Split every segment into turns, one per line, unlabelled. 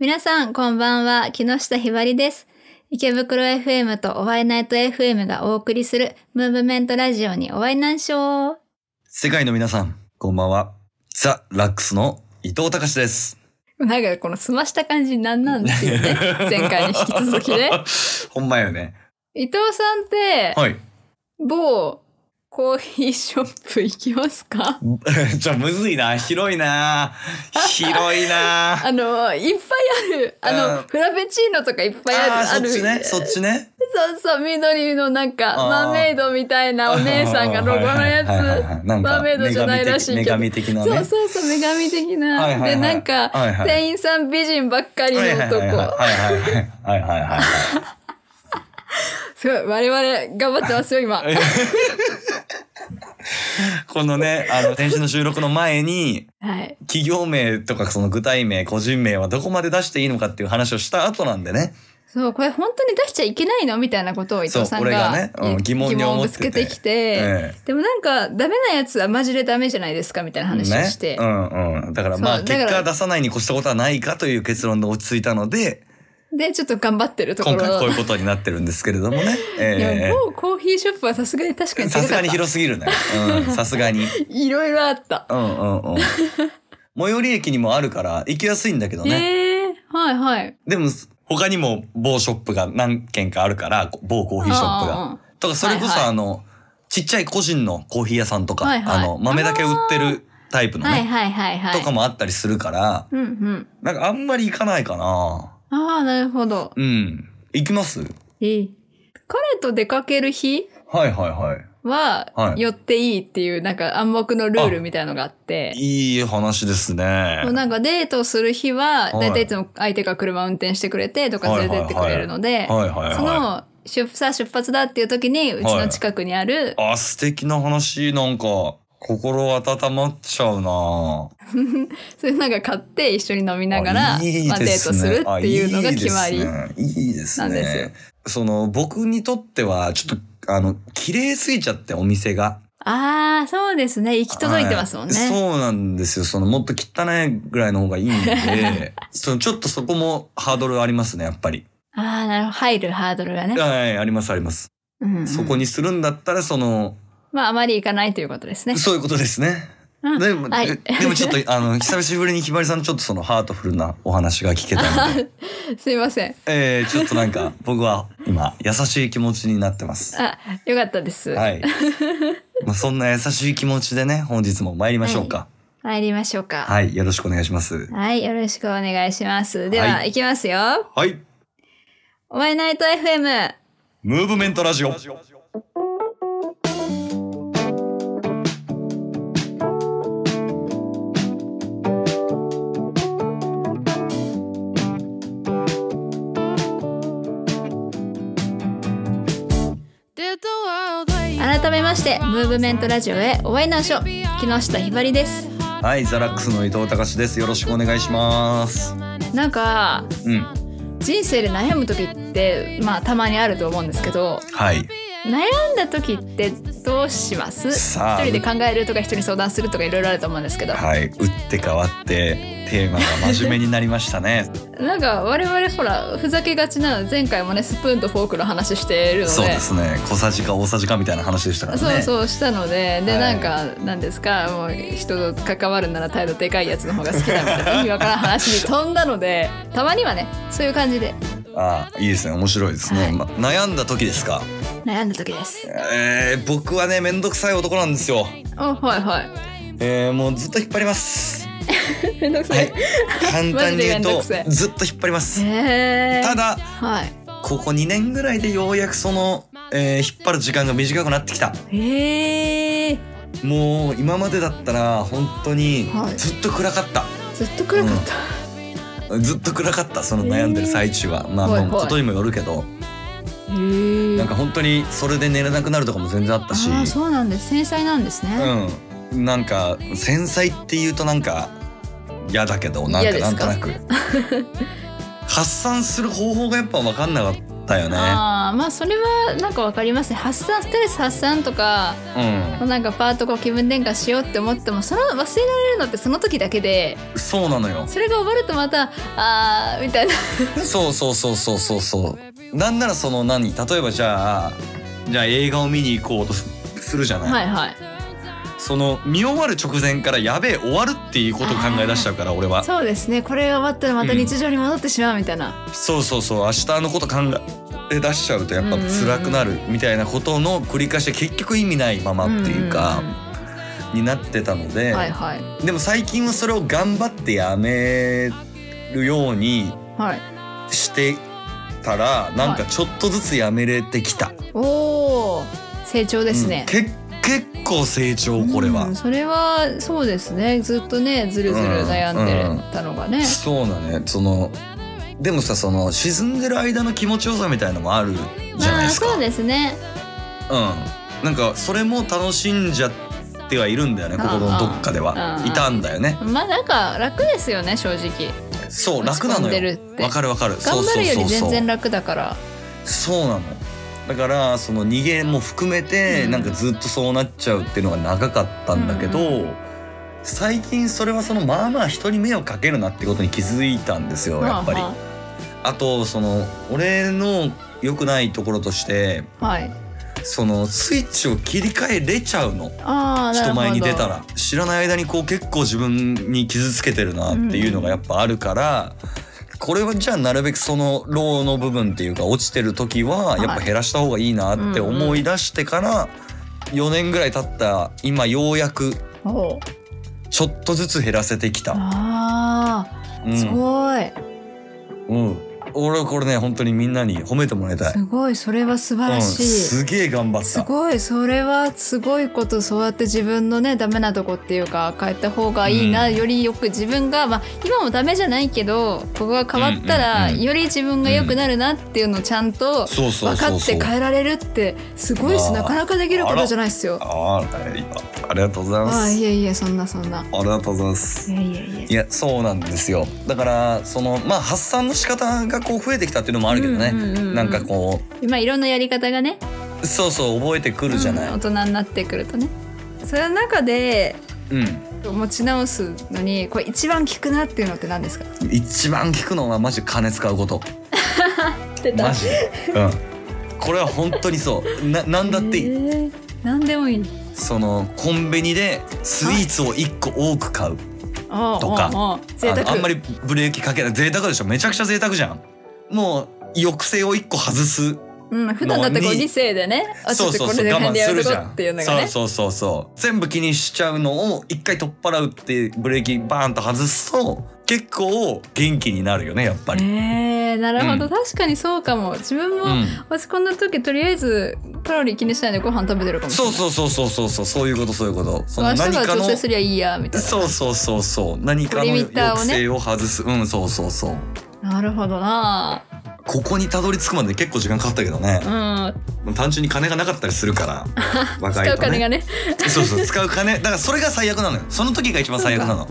皆さん、こんばんは。木下ひばりです。池袋 FM とおワイナイト FM がお送りするムーブメントラジオにお会いなんしょう。
世界の皆さん、こんばんは。ザ・ラックスの伊藤隆です。
なんかこの済ました感じなんなんっていうね。 前回に引き続きね。。
ほんまよね。
伊藤さんって、
はい。
某コーヒーショップ行きますか
じゃあ、むずいな。広いな。広いな。
あの、いっぱいある。あの、
うん
フラペチーノとかいっぱいある。
あー
ある
そっちね。そっちね。
そうそう、緑のなんか、
あー
マーメイドみたいなお姉さんがロゴのや
はいはい
つ。
はいなんか
マーメイドじゃないらしいけど
女神的女
そ
神的な
う
ね。
そうそう、女神的な。
はいはいはい
で、なんか、
はいはい
店員さん美人ばっかりの
はいはいはいはい
男。
はいはいはいはい。
すごい、我々頑張ってますよ、今。はい
このね、あの、天使の収録の前に、。
はい
企業名とかその具体名、個人名はどこまで出していいのかっていう話をした後なんでね。
そう、これ本当に出しちゃいけないのみたいなことを伊藤さんが
そう俺がねうん
い
疑問に思ってて
疑をぶつけてきて、
え
でもなんか、ダメなやつはマジでダメじゃないですかみたいな話をして。
ね、うんうん。だからまあ
そう
結
だから
果出さないに越したことはないかという結論で落ち着いたので、
で、ちょっと頑張ってるとこ
今回こう
ろ
い。うことになってるんですけれど もね。
いや、
え
某コーヒーショップはさすがに確か
え
に
さ
高
す
か
が
っ
に
た。
広すぎるね。うん、さ すがに。
いろいろあった。
うんうんうん。最寄り駅にもあるから行きやすいんだけどね。
ええはいはい。
でも他にも某ショップが何軒かあるから、某コーヒーショップが。
あ
とかそれこそ、
はいはい
あのちっちゃい個人のコーヒー屋さんとか、
はいはい
あの豆だけ売ってるタイプ
ー
のね、
はいはいはいはい。
とかもあったりするから
うんうん。
なんかあんまり行かないかな
ああ、なるほど。
うん行きます
いい。彼と出かける日
はいはいは
は、
はい
寄っていいっていう、なんか暗黙のルールみたいのがあって。
いいい話ですね
もうなんかデートをする日は、
は
だ
い
いたいいつも相手が車運転してくれてとか
はい
連れてってくれるので、
はいはい
そ
は
の出さあ出発だっていう時に、うちの近くにある、
いあ素敵な話なんか心温まっちゃうな
それなんか買って一緒に飲みながら、
あいい
まあ、デートするっていうのが決まり。
あいいですね
なん
いい
です
で
よ
すねその僕にとってはちょっとあの綺麗すぎちゃってお店が
ああ、そうですね。行き届いてますもんね。
はいそうなんですよ。そのもっと汚いぐらいの方がいいん で、そのちょっとそこもハードルありますね、やっぱり。
ああ、なるほど。入るハードルがね。
はい、ありますあります。
うんうん
そこにするんだったら、その、
まあ、あまり行かないということですね。
そういうことですね。
うん
でも、
はい
ででもちょっと、あの、久しぶりにひばりさんのちょっとそのハートフルなお話が聞け たので、
すいません。
えー、ちょっとなんか僕は今、優しい気持ちになって ます。
あ、よかったです。
はい。まあ、そんな優しい気持ちでね、本日も参りましょうか。
参りましょうか。
はい、よろしくお願いします。
はい。よろしくお願いします。では、
はい
行きますよ。
はい。
お前ナイト FM。
ムーブメントラジオ。
改めまして、ムーブメントラジオへお会いなしょ。木下ひばりです。
はい、ザラックスの伊藤隆です。よろしくお願いします。
なんか、
うん、
人生で悩む時って、まあ、たまにあると思うんですけど、
はい。
悩んだ時ってどうします
さあ
一人で考えるとか、人に相談するとか、いろいろあると思うんですけど。
はい、打って変わって、テーマが真面目になりました ね。
なんか我々ほらふざけがちなの前回もねスプーンとフォークの話してるので
そうですね。小さじか大さじかみたいな話でしたからね。
そう
う。
そうしたのでで、
はい
なんかなんですかもう人と関わるなら態度でかいやつの方が好きだみたい な意味わからん話に飛んだのでたまにはねそういう感じで
あ、いいですね。面白いですね。
はい
ま悩んだ時ですか。
悩んだ時です
えー、僕はね、めんどくさい男なんですよ。
おはいはい
えー、もうずっと引っ張ります。
めんどく
は
さい、
い。簡単に言う
マジでめんど
と
くさい、
ずっと引っ張ります。
へー
ただ、
はい
ここ2年ぐらいでようやくその、えー引っ張る時間が短くなってきた。
へえ
もう今までだったら本当に
はい
ずっと暗かった、
ずっと暗かった、
ずっと暗かったその悩んでる最中は、まあ
はいはい
もうことにもよるけど、
へえ
なんか本当にそれで寝れなくなるとかも全然あったし
ああそうなんです繊細なんですね、
うんなんか繊細っていうとなんか嫌だけどなん
嫌
か
で
な
す
んと
か
なく発散する方法がやっぱ分かんなかっったよね。
ああまあそれはなんかわかりますね発散ストレス発散とか
うん。
なんかパーッとこう気分転換しようって思ってもその忘れられるのってその時だけで
そうなのよ。
それが終わるとまたあーみたいな
そうそうそうそうそうそう。なんならその何例えばじゃあじゃあ映画を見に行こうとすするじゃない。
はいはい
その見終わる直前からやべえ終わるっていうことを考え出しちゃうから俺は。
そうですねこれが終わったらまた日常に戻ってしまうみたいな、
そうそうそう明日のこと考え出しちゃうとやっぱ辛くなるみたいなことの繰り返しで結局意味ないままっていうか、になってたの
うんう
で、
んうんはいはい
でも最近はそれを頑張ってやめるように
はい
してたらなんかちょっとずつやめれてきた。
おお成長ですね、
うんけ結構成長これは、
うんそれはそうですねずっとねずるずる悩んでたのがね、
そうだねそのでもさその沈んでる間の気持ちよさみたいのもあるじゃ
ま
ない
あ
ですか。
そうですね
うん、なんかそれも楽しんじゃってはいるんだよね
ああ
心のどっかで
あ
は
あ
いたんだよね
まあなんか楽ですよね正直
そう
落ち込
楽なんの
でる
よ
って
わかるわかるそ
頑
う
張
そう
るよ
そ
り
う
全
そう
然楽だから
そうなのだからその逃げも含めて
うん
なんかずっとそうなっちゃうっていうのが長かったんだけど、
う
最近それはそのまあまあ人に迷惑かけるなってことに気づいたんですよやっぱり、
は
あとその俺の良くないところとして
あはあはい
そのスイッチを切り替えれちゃうの
ああなる
人
ほど
前に出たら知らない間にこう結構自分に傷つけてるなっていうのがやっぱあるから、これはじゃあなるべくそのローの部分っていうか落ちてる時はやっぱ減らした方がいいなって思い出してから4年ぐらい経った今ようやく
おう
ちょっとずつ減らせてきた。
あ
う
あす
ん
ごい
うん、俺はこれね本当にみんなに褒めてもらいたい。
すごいそれは素晴
うん、
らしい
すげえ頑張っ
す
た。
ごいそれはすごいことそうやって自分のねダメなとこっていうか変えた方がいいな、
うん
よりよく自分がまあ今もダメじゃないけどここが変わったら、
うんうんうん
より自分が良くなるなっていうのをちゃんと
そうそう
分
そ
か
う
っ
そう
て。変えられるってすごいです
あー
なかなかできることじゃないですよ。
あーあれありがとうございま
ああい
す。
えいえそんなそんな。
ありがとうございます
い。やいやいや
いやそうなんですよだからそのまあ発散の仕方がこう増えてきたっていうのもあるけどね、
うんうんうんうん
なんかこ
まあいろんなやり方がね、
うそうそう覚えてくるじゃない、う
うんん大人になってくるとね。その中で持ち直すのにこれ一番効くなっていうのって何ですか
一番聞くのはマジ金使うことマジで、うん、これは本当にそうななんだっていい、
えー何でもいい。
そのコンビニでスイーツを1個多く買うと
と
か
贅
あの
沢
あんまりブレーキかけない贅沢でしょめちゃくちゃ贅沢じゃんもう抑制を1個外す
うん、普段だってこう
のに
理性でねあちょ
そ
っ
う
と
そう
こ
そ
れで
う我
金
慢
でや
す
る
る
ぞ
じ
っ
ゃん
ていうのがね
そうそうそうそう全部気にしちゃうのを一回取っ払うってブレーキバーンと外すと結構元気になるよねやっぱり、
えー、なるほど、
うん
確かにそうかも自分も、
うん
落ち込んだ時とりあえずカロリー気にしないでご飯食べてるかもしれ
そ
な
う
い
そうそうそうそうそうそういうことそういうことその
明
何
日か
からの
調整すりゃいいやみたい
そうそうそうそう何か
リ
の
ミッターをね
抑制を外すうんそうそうそう
ななるほどな
ここにたどり着くまで結構時間かかったけどね
う、ん
単純に金がなかったりするから 若
使
いうとね
金がね
そうそう使う金だからそれが最悪なのよその時が一番最悪なの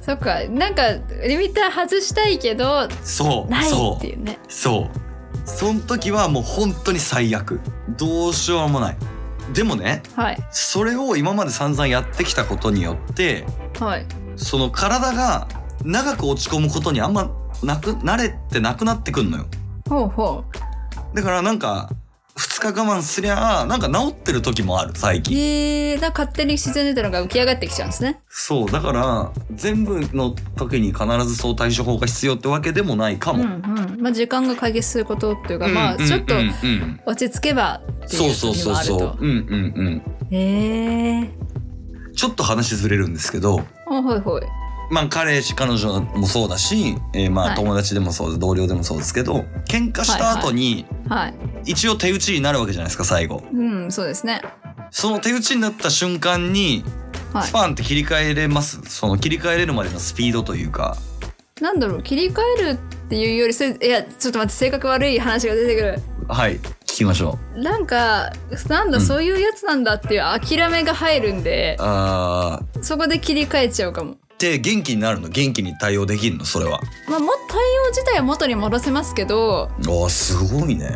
そっかなんかリミッター外したいけど
そう
ない
そう
っていうね
そうその時はもう本当に最悪どうしようもないでもね
はい
それを今まで散々やってきたことによって
はい
その体が長く落ち込むことにあんまなく慣れてなくなってくんのよ
ほうほう
だからなんか2日我慢すりゃなんか治ってる時もある最近
えー、なんか勝手に沈んでたのが浮き上がってきちゃうんですね
そうだから全部の時に必ずそう対処法が必要ってわけでもないか
うん
も、
うんまあ時間が解決することっていうか、まあちょっと、
うんうんうん
落ち着けばって
そ
いう
そうそうそううんうんうん
へえ
ちょっと話ずれるんですけど、
おほいほい
まあ彼氏彼女もそうだし、えーま
は
あ
い
友達でもそうです、同僚でもそうですけど喧嘩した後に
はい
一応手打ちになるわけじゃないですか最後
うんそうですね
その手打ちになった瞬間に
は
スパンって切り替えれます、その切り替えれるまでのスピードというか
いなんだろう切り替えるっていうよりそれいやちょっと待って性格悪い話が出てく
はい聞きましょう
るなんかなんだ
うん
そういうやつなんだっていう諦めが入るんで、
あー
そこで切り替えちゃうかも
って元気になるの元気に対応できるのそれは
まあ、も対応自体は元に戻せますけど
ああすごいね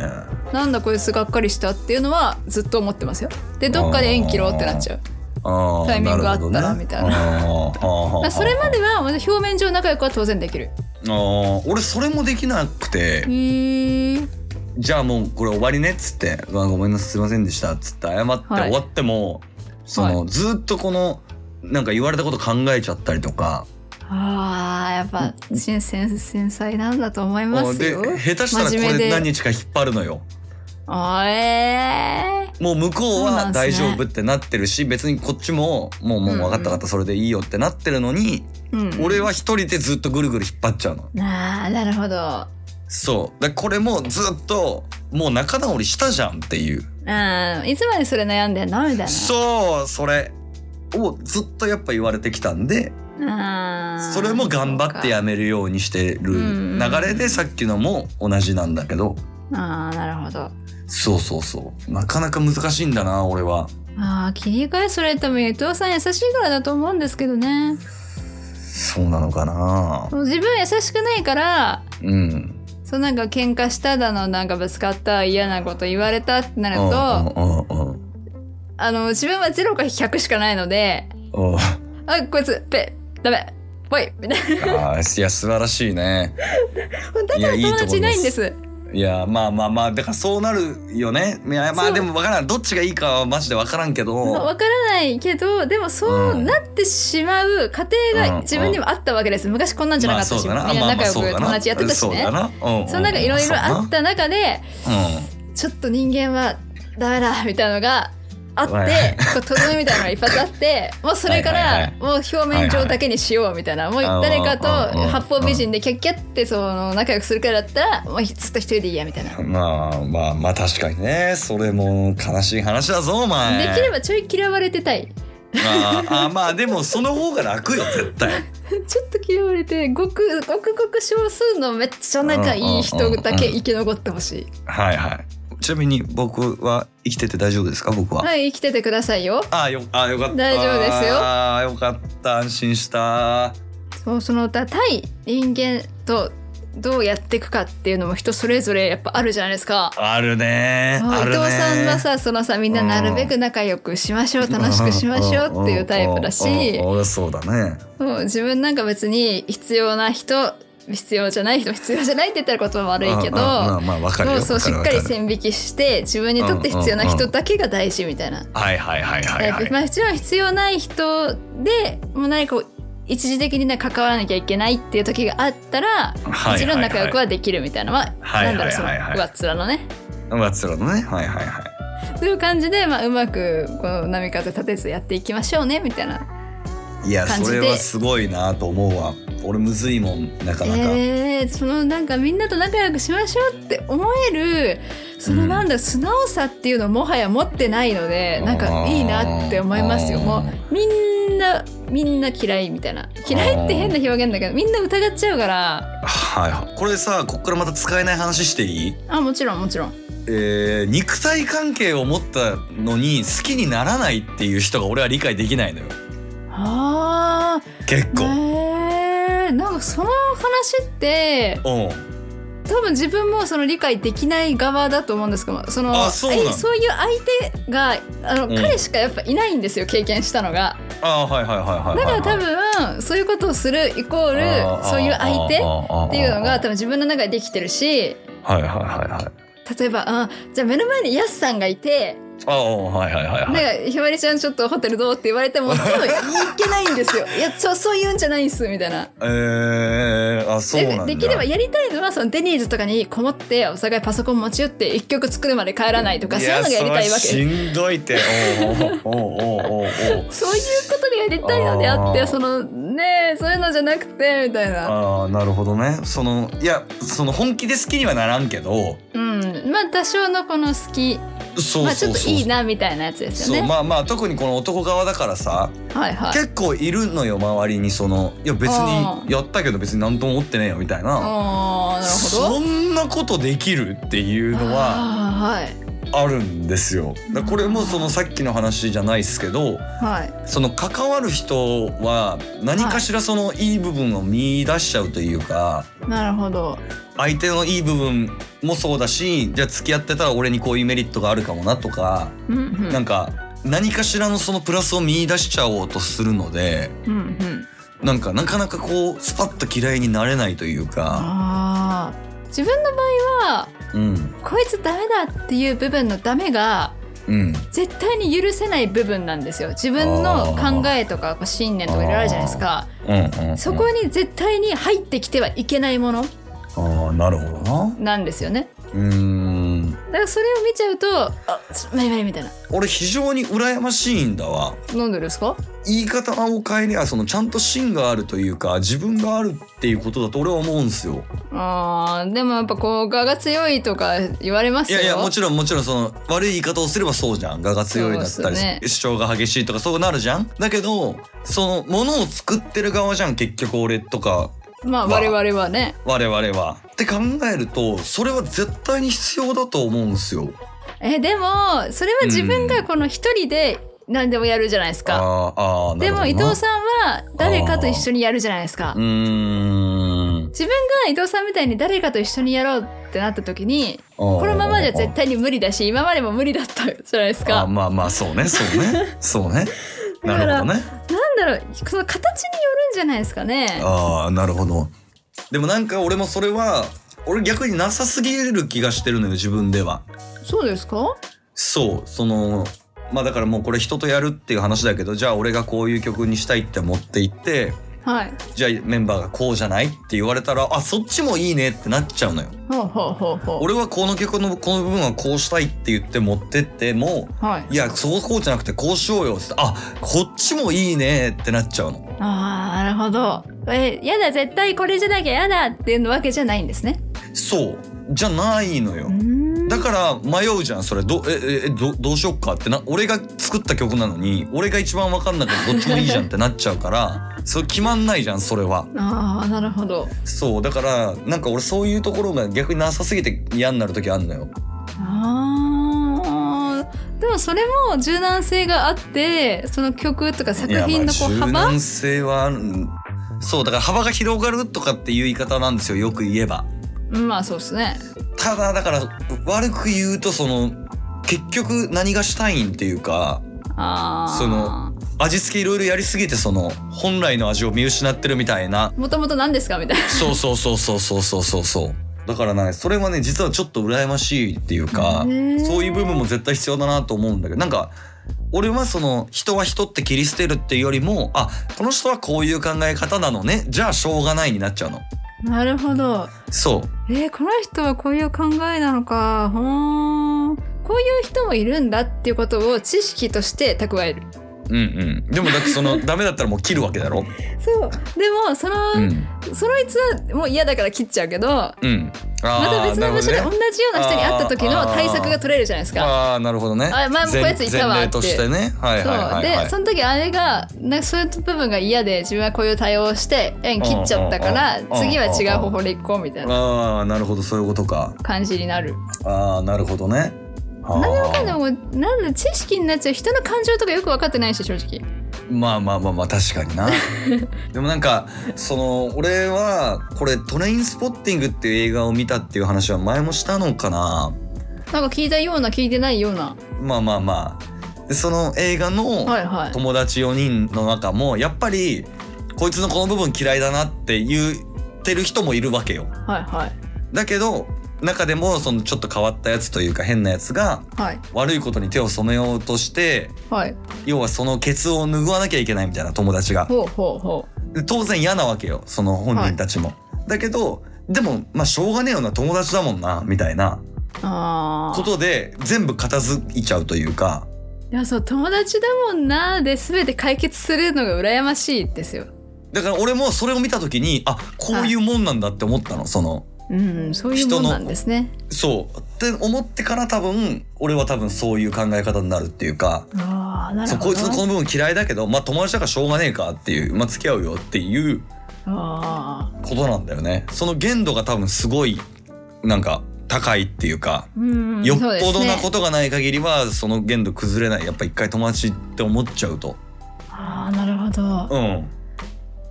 なんだこいつがっかりしたっていうのはずっと思ってますよでどっかで縁切ろうってなっちゃう
あー
タイミングあ
な
っ
るほ
た
ど
ら
ね
みたいな
あーはあはあ
まあそれまでは表面上仲良くは当然できる
あー俺それもできなくて
へー
じゃあもうこれ終わりねっつって「うわごめんなさいすいませんでした」っつって謝って
はい
終わっても、その、ずーっとこのなんか言われたこと考えちゃったりとか
あーやっぱ新鮮繊細なんだと思います
で
よ
下手したら
真面
こ
目で
れ何日か引っ張るのよ。
あーえ
もう向こう
そうな
は
んで
大
すね
丈夫ってなってるし、別にこっちももうもう
うんうん
分かった分かったそれでいいよってなってるのに、
ーうん
俺は一人でずっとぐるぐる引っ張っちゃうの。
あーなるほど
そうだからこれもずっともう仲直りしたじゃんっていう。
うんいつまでそれ悩んでんのみたいな
そうそれをずっとやっぱ言われてきたんで。
あー
それも頑張ってやめるようにしてる流れでさっきのも同じなんだけ
そ
ど
うかあーなるほど
そうそうそうなかなか難しいんだな俺は
あー切り替えそれとも伊藤さん優しいからだと思うんですけどね
そうなのかな
自分優しくないから
うん
そうなんか喧嘩しただのなんかぶつかった嫌なこと言われたってなるとあ
うんうんうん
の自分は0か100しかないので
うんうん
あこいつペダメぽいみたいな
あーいや素晴らしいね
だ
い
か
や
ら
いいと
友
思います
達いないんです
いやまあまあまあだからそうなるよねいやま
そ
あ
う
でも分からんどっちがいいかはマジで分からんけ
まあ
ど
わからないけどでもそう
うん
なってしまう過程
うん
が自分にもあったわけです昔こんなんじゃな
ま
か
あ
った
そう
し、
だなまあ
みん
ま
な
あ
仲良く
そうだな
友達やってたし
そう
ね
だなうんうん
その中いろいろあった中で
そうだなうん
ちょっと人間はダメだみたいなのがあっ
はい
てこうとどめみたいなのが一発あっ てもうそれか
はいはい
ら
はい
もう表面上だけにしようみたいなもう誰かと
あーうんうんうん
八方美人でキャッキャってその仲良くするからだったらもうずっと一人でいいやみたいな。
まあまあまあ確かにねそれも悲しい話だぞお前
できればちょい嫌われてたい
まああまあでもその方が楽よ絶対
ちょっと嫌われてごくごくごく少数のめっちゃ仲いい人だけ生き残ってほしい
はいはいちなみに僕は生きてて大丈夫ですか僕は、
はい生きててくださいよ
あよあよかった
大丈夫ですよ
あよかった安心した
そうその他対人間とどうやっていくかっていうのも人それぞれやっぱあるじゃないですか
あるね
そう
ある
伊
ね
藤さんはさそのさみんななるべく仲良くしましょう、楽しくしましょうっていうタイプだ
うんうん
し
うんうん俺そうだね
そう自分なんか別に必要な人必要じゃない人必要じゃないって言ったら言葉悪いけど
うんうんまあまあわかる
そ
よ
うそうしっかり
わるわる
線引きして自分にとって必要な人だけが大事みたいな
はいはいはいはい
タ
は
イプ
い
まあもちろん必要ない人でもう何かこう一時的にね関わらなきゃいけないっていう時があったら
はい
もちろん仲良くはできるみたいなまあ
はい
なんだろうその
はいはいは
上
い
っ面のね
うわつらのねはいはいはい
そういう感じで、まあ、うまくこの波風立てずやっていきましょうねみたいない
や
感じ
そ
で
れはすごいなと思うわ俺むずいもんなかなか、
えー、そのなんかみんなと仲良くしましょうって思えるそのなんだろう素直さっていうのをもはや持ってないのでなんかいいなって思いますよ
うん
もうみんなみんな嫌いみたいな嫌いって変な表現だけどみんな疑っちゃうから
はいはいこれさこっからまた使えない話していい
あもちろんもちろん
えー、肉体関係を持ったのに好きにならないっていう人が俺は理解できないのよ
あ
結
ー
構、
えー、なんかその話って
うん
多分自分もその理解できない側だと思うんですけどその
あそうなの
えそういう相手があの、
うん
彼しかやっぱいないんですよ経験したのが
あーはいはいはいはい
だ
はい
か
はい
ら多分そういうことをするイコールそういう相手っていうのが
はい
多分自分の中でできてるし
はいはいはい
例えばあじゃあ目の前にヤスさんがいて
ああはいはいはい
なん
はい
かひばりちゃんちょっとホテルどうって言われて も多分いけないんですよいやそうそういうんじゃないんすみたいな。
えー、あそうなん
で
だ
できればやりたいのはそのデニーズとかにこもってお互いパソコン持ち寄って一曲作るまで帰らないとかそういうのがやりたいわ
やそれ
け
はしんどいっておうおうおうおうおうおう
そういうことがやりたいのであって
あー
そのねえそういうのじゃなくてみたいな
ああなるほどねそのいやその本気で好きにはならんけど
うんまあ多少のこの好き
そう
まあち
そ
ょ
う
っ
そう
といいなみたいなやつです
そう
よね
まあまあ特にこの男側だからさ、
はいはい
結構いるのよ周りにそのいや別
あ
にやったけど別に何とも思ってねえよみたいな
あーなるほど
そんなことできるっていうのは
あーはい
あるんですよ。だからこれもそのさっきの話じゃないですけど
はい
その関わる人は何かしらそのいい部分を見出しちゃうというか
なるほど
相手のいい部分もそうだしじゃあ付き合ってたら俺にこういうメリットがあるかもなとか
うんうん
なんか何かしらのそのプラスを見出しちゃおうとするので
うんうん
なんかなかなかこうスパッと嫌いになれないというか。
あー自分の場合は
うん
こいつダメだっていう部分のダメが
うん
絶対に許せない部分なんですよ自分の考えとかこう信念とかいろいろあるじゃないですか
うんうんうん
そこに絶対に入ってきてはいけないもの
ああなるほどな。
なんですよね
うーん
だからそれを見ちゃうと「あ無理無理」みたいな
俺非常に羨ましいんだわ。
飲んでるんですか
言い方を変えりゃそのちゃんと芯があるというか自分があるっていうことだと俺は思うんですよ。
あーでもやっぱこう我が強いとか言われます
い
よ
やいやもちろんもちろんその悪い言い方をすればそうじゃん我が強いだった
そうっ
り、
すね
主張が激しいとかそうなるじゃんだけどそのものを作ってる側じゃん結局俺とか
まあ
まあ
我々はね
我々は。って考えるとそれは絶対に必要だと思うんですよ。
えでもそれは自分がこの一人で何でもやるじゃないですか、
あーあーな
で
るほど
も
な
伊藤さんは誰かと一緒にやるじゃないですか
うーん
自分が伊藤さんみたいに誰かと一緒にやろうってなった時に
こ
このままじゃ絶対に無理だし今までも無理だったじゃないですか
あ
なん
まあまあそうねそうねそうねなるほどね
だろうその形によるんじゃないですかね
ああなるほどでもなんか俺もそれは俺逆になさすぎる気がしてるのよ自分では
そうですか
そうそのまあだからもうこれ人とやるっていう話だけどじゃあ俺がこういう曲にしたいって持っていって
はい
じゃあメンバーがこうじゃないって言われたらあそっちもいいねってなっちゃうのよ
ほうほうほうほ
俺はこの曲のこの部分はこうしたいって言って持ってっても
うはい
いやそうこうじゃなくてこうしようよっつってあこっちもいいねってなっちゃうの
ああなるほどえやだ絶対これじゃなきゃやだっていうわけじゃないんですね
そうじゃないのよ、だ
だ
から迷うじゃんそれどえええどどうしよっかってな俺が作った曲なのに俺が一番分かんなくてどっちもいいじゃんってなっちゃうからそれ決まんないじゃんそれは
ああなるほど
そうだからなんか俺そういうところが逆になさすぎて嫌になる時あるのよ
あーでもそれも柔軟性があってその曲とか作品のこう
いやま
幅
あ柔軟性はあるそうだから幅が広がるとかっていう言い方なんですよよく言えば
うんまあそうですね
ただだから悪く言うとその結局何がしたいんっていうか
ああ
その味付けいろいろやりすぎてその本来の味を見失ってるみたいな
もともと何ですかみたい
そうそうそうそうそうそうそうそうだからねそれはね実はちょっと羨ましいっていうか
へー
そういう部分も絶対必要だなと思うんだけどなんか俺はその人は人って切り捨てるっていうよりもあこの人はこういう考え方なのねじゃあしょうがないになっちゃうの
ななるほど
そう
えー、この人はこういう考えなのかほーんこういう人もいるんだっていうことを知識として蓄える
うんうんでもだってそ のダメだったらもう切るわけだろ
そうでもその、
うん
そのいつはもう嫌だから切っちゃうけど
うんあー
また別の場所で
な
同
るほどね
じような人に会った時の
あー
対策が取れるじゃないですか。
ああなるほどね
あ前もこういうやついたわって
前前例としてねはいはい
そう
はい、はい
で、その時あれがなんかそういう部分が嫌で自分はこういう対応をして縁切っちゃったから
うんうんうん
次は違う方法で行こうみたいな
ああなるほどそういうことか
感じになる。
ああなるほどね何
何でもかんでもなんだ知識になっちゃう人の感情とかよく分かってないし正直。
まあまあまあまあ確か になでもなんかその俺はこれ「トレインスポッティング」っていう映画を見たっていう話は前もしたのかな
なんか聞いたような聞いてないような。
まあまあまあでその映画の
はいはい。
友達4人の中もやっぱりこいつのこの部分嫌いだなって言ってる人もいるわけよ
はいはい。
だけど中でもそのちょっと変わったやつというか変なやつが
はい
悪いことに手を染めようとして
はい。
要はそのケツを拭わなきゃいけないみたいな友達が
ほうほうほ
で当然嫌なわけよその本人たちも、だけどでもまあしょうがねえよな友達だもんなみたいな
う。ああ
こ。とで全部片付いちゃうというか
いやそう友達だもんなーで全て解決するのが羨ましいですよ。
だから俺もそれを見た時にあこういうもんなんだって思ったのその
うん、そういうもんなんですね。
そうって思ってから多分俺は多分そういう考え方になるっていうか。
ああ、なる
そう
ほ
こい
ど。
つのこの部分嫌いだけど、まあ、友達だからしょうがねえかっていう、まあ、付き合うよっていう
あ
ことなんだよねその限度が多分すごいなんか高いっていうか、
うん
よっぽどな
そうですね
ことがない限りはその限度崩れないやっぱ一回友達って思っちゃうと
ああなるほど。
うん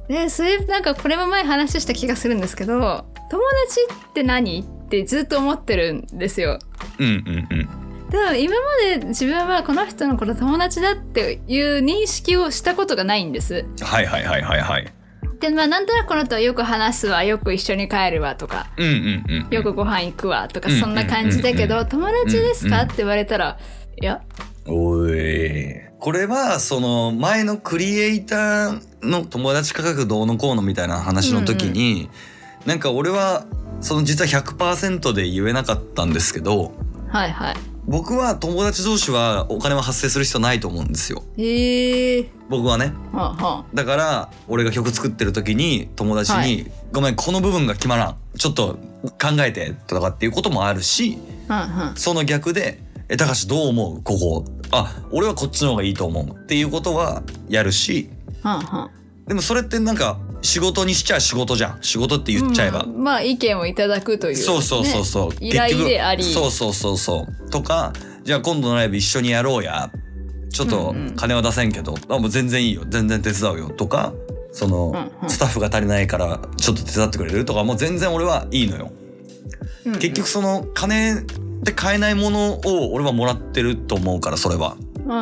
ねそれなんかこれも前話した気がするんですけど友達って何ってずっと思ってるんですよ。
うんうんうん
でも今まで自分はこの人のこと友達だっていう認識をしたことがないんです。
はいはいはいはいはい
でまあなんとなくこの人はよく話すわよく一緒に帰るわとか
うんうんうん
よくご飯行くわとか
うん
そんな感じだけ
うん
ど友達ですか
うん
って言われたらいや
おいこれはその前のクリエイターの友達価格どうのこうのみたいな話の時に、なんか俺はその実は100%で言えなかったんですけど
はいはい。
僕は友達同士はお金は発生する必要ないと思うんですよ
えー、
僕はね
はあは
だから俺が曲作ってる時に友達に「
はい
ごめんこの部分が決まらんちょっと考えて」とかっていうこともあるし
あうんうん
その逆で「え高橋どう思うここあ俺はこっちの方がいいと思う」っていうことはやるし
はんはん
でもそれってなんか仕事にしちゃ仕事じゃん仕事って言っちゃえば。
うんまあ意見をいただくという、ね、
そうそうそうそう、
依頼であり
結局そうそうそうそうとかじゃあ今度のライブ一緒にやろうやちょっと
うんうん
金は出せんけど、あもう全然いいよ全然手伝うよとかその、
うんうん
スタッフが足りないからちょっと手伝ってくれるとかもう全然俺はいいのよ、
うんうん
結局その金って買えないものを俺はもらってると思うからそれは
うんうん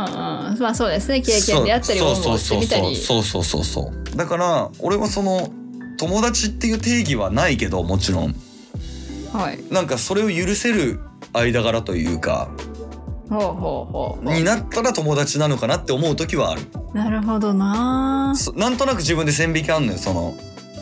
まあそうですね経験であったり
そ
恩
う
を
そう
売って
そう
みた
そ
り
うそうそうそうそうだから俺はその友達っていう定義はないけどもちろん
はい
なんかそれを許せる間柄というか
ほうほうほうほ
になったら友達なのかなって思う時はある
うなるほどな
そなんとなく自分で線引きあんのよその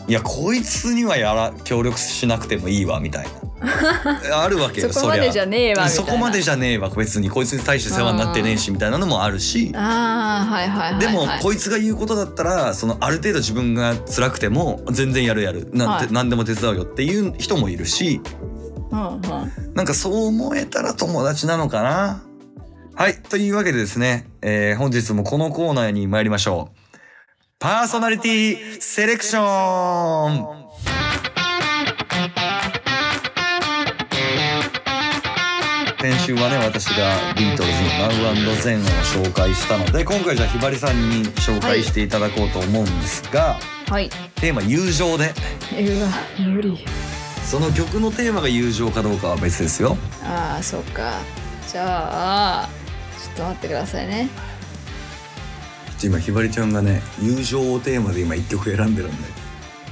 いやこいつにはやら協力しなくてもいいわみたい なあるわけ
そ
よ
こまでじゃ
ね
ねえわみたいな
そこまでじゃねえわ別にこいつに対して世話になってねえしみたいなのもあるし
ああはいはいはい、
で
はい、
もこいつが言うことだったらそのある程度自分が辛くても全然やるやるなん
は
て、
い
何でも手伝うよっていう人もいるし
うんうん
なんかそう思えたら友達なのかなはい。というわけでですね、えー本日もこのコーナーに参りましょう。パーソナリティセレクション先週はね、私がビートルズの Now and Zen を紹介したので、今回じゃあひばりさんに紹介していただこうと思うんですが、
はい
テーマ友情で、
うわ無理
その曲のテーマが友情かどうかは別ですよ。
ああそうかじゃあちょっと待ってくださいね
今ひばりちゃんがね友情をテーマで今一曲選んでるんで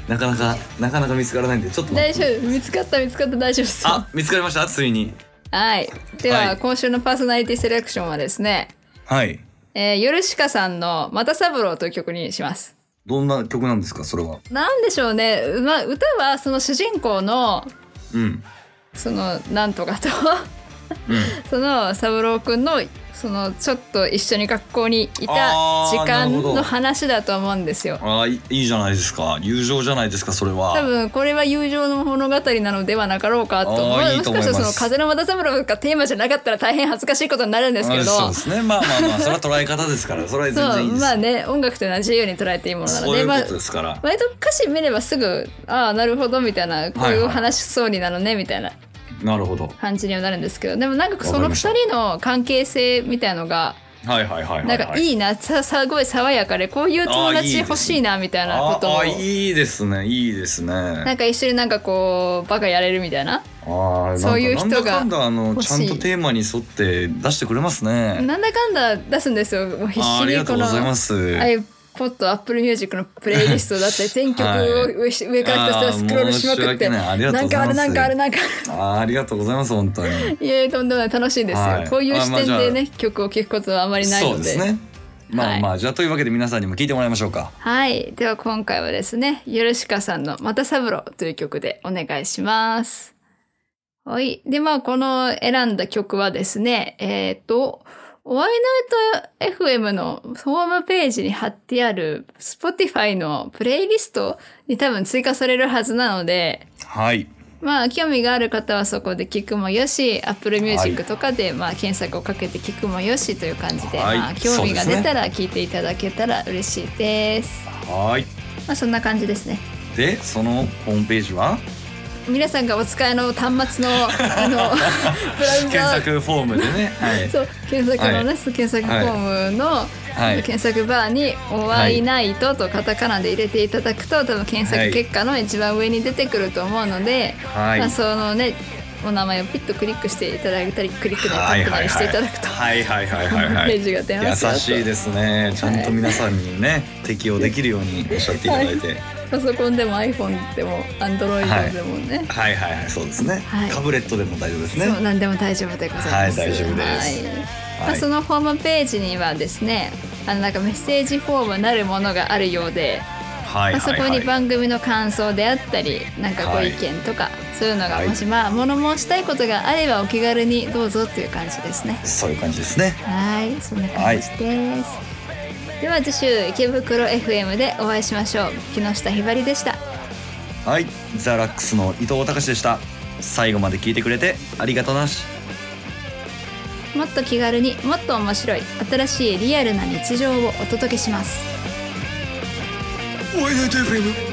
なかなかなかなか見つからないんでちょっと待
大
って
丈夫見つかった見つかった大丈夫です
あ見つかりましたついに
はいでは、
はい
今週のパーソナリティセレクションはですね
はい
えー、ヨルシカさんの「また三郎」という曲にします。
どんな曲なんですかそれは
なんでしょうね、うまあ、歌はその主人公の
うん
そのなんとかと
うん
その三郎くんのそのちょっと一緒に学校にいた時
あーな
間
るほど
の話だと思うんですよ。
あいいいじゃないですか友情じゃないですかそれは
多分これは友情の物語なのではなかろうかと思う
あーいい
もし
と思い
かし
ます
たらその「風の又三郎」がテーマじゃなかったら大変恥ずかしいことになるんですけど
あそうですねまあまあまあそれは捉え方ですからそれは全
そう
然いいです
まあね音楽というのは自由に捉えていいものな
そ
の
うい
で
う
ま
こ
あ
とですから、
割と歌詞見ればすぐああなるほどみたいなこういう話しそうになるねみたいな
なるほど
感じにはなるんですけどでもなんかそ
わ
の
かりま
2
した
人の関係性みたいのが
はいはいはいはい、はい、
なんかいいなさすごい爽やかでこういう友
ああいいです
達
ね
欲しいなみたいな
あ
ことを
あいいですねいいですね
なんか一緒になんかこうバカやれるみたいな
ああ
そういう人が
なんだかんだあの
欲しい
ちゃんとテーマに沿って出してくれますね。
なんだかんだ出すんですよもう必
あー
死
あり
に
が
こ
とうご
の
ざいます。
iPod、Apple Music のプレイリストだったり全曲を上し上からひたすらスクロールしまくって
あー申し訳ないありがと
な
うんござい
かあ
ま
る
す
なんかあるなんかある
あーありがとうございます本当に。
いやとんでもない楽しいんですよ、
はい
こういう視点で
あま
ね、曲を聴くことはあまりない
そ
の
う
で
ですね。ま
は
あ
い
まあじゃあというわけで皆さんにも聞いてもらいましょうか。
はいでは今回はですねヨルシカさんの「また三郎」という曲でお願いしますはいでまあこの選んだ曲はですねえっ、とおワイナイト FM のホームページに貼ってある Spotify のプレイリストに多分追加されるはずなので
はい。
まあ興味がある方はそこで聞くもよし Apple
は
Music とかで、まあ、検索をかけて聞くもよしという感じで、
はい
まあ、興味が出た
そう
ら聞いていただけたら嬉しいです
はい。
まあそんな感じですね
でそのホームページは
皆さんがお使いの端 末のあのブラウ
検
ザ
索フォームでね。 はい。
そう検索のね、
は
検索フォームの、
はい
検索バーに「お会いないと」とカタカナで入れていただくと多分検索結果の一番上に出てくると思うので、
はい
まあ、そのねお名前をピッとクリックしていただいたりクリックなりタップなりしていただくと、
はいはいはいはい はい、はい。
ページが出ますよ
優
と
しいですね。ちゃんと皆さんにね、適用できるようにおっしゃっていただいて。
パソコンでも iPhone でも Android でもね、
はいはいはい、そうですね。
はい
タブレットでも大丈夫ですね。
そう何でも大丈夫でございます。
はい大丈夫です
はいま
は
あ、
い
そのホームページにはですねあのなんかメッセージフォームなるものがあるようで、
はい
まあ、
はい
そこ
はい
に番組の感想であったりなんかご
はい
意見とか、そういうのが
はい
もしまあ物申したいことがあればお気軽にどうぞっていう感じですね。
そういう感じですね。
はいそんな感じです。では次週池袋 FM でお会いしましょう。木下ひばりでした。
はい、ザラックスの伊藤隆でした。最後まで聞いてくれてありがとうなし。
もっと気軽にもっと面白い新しいリアルな日常をお届けします。
ワイナイト FM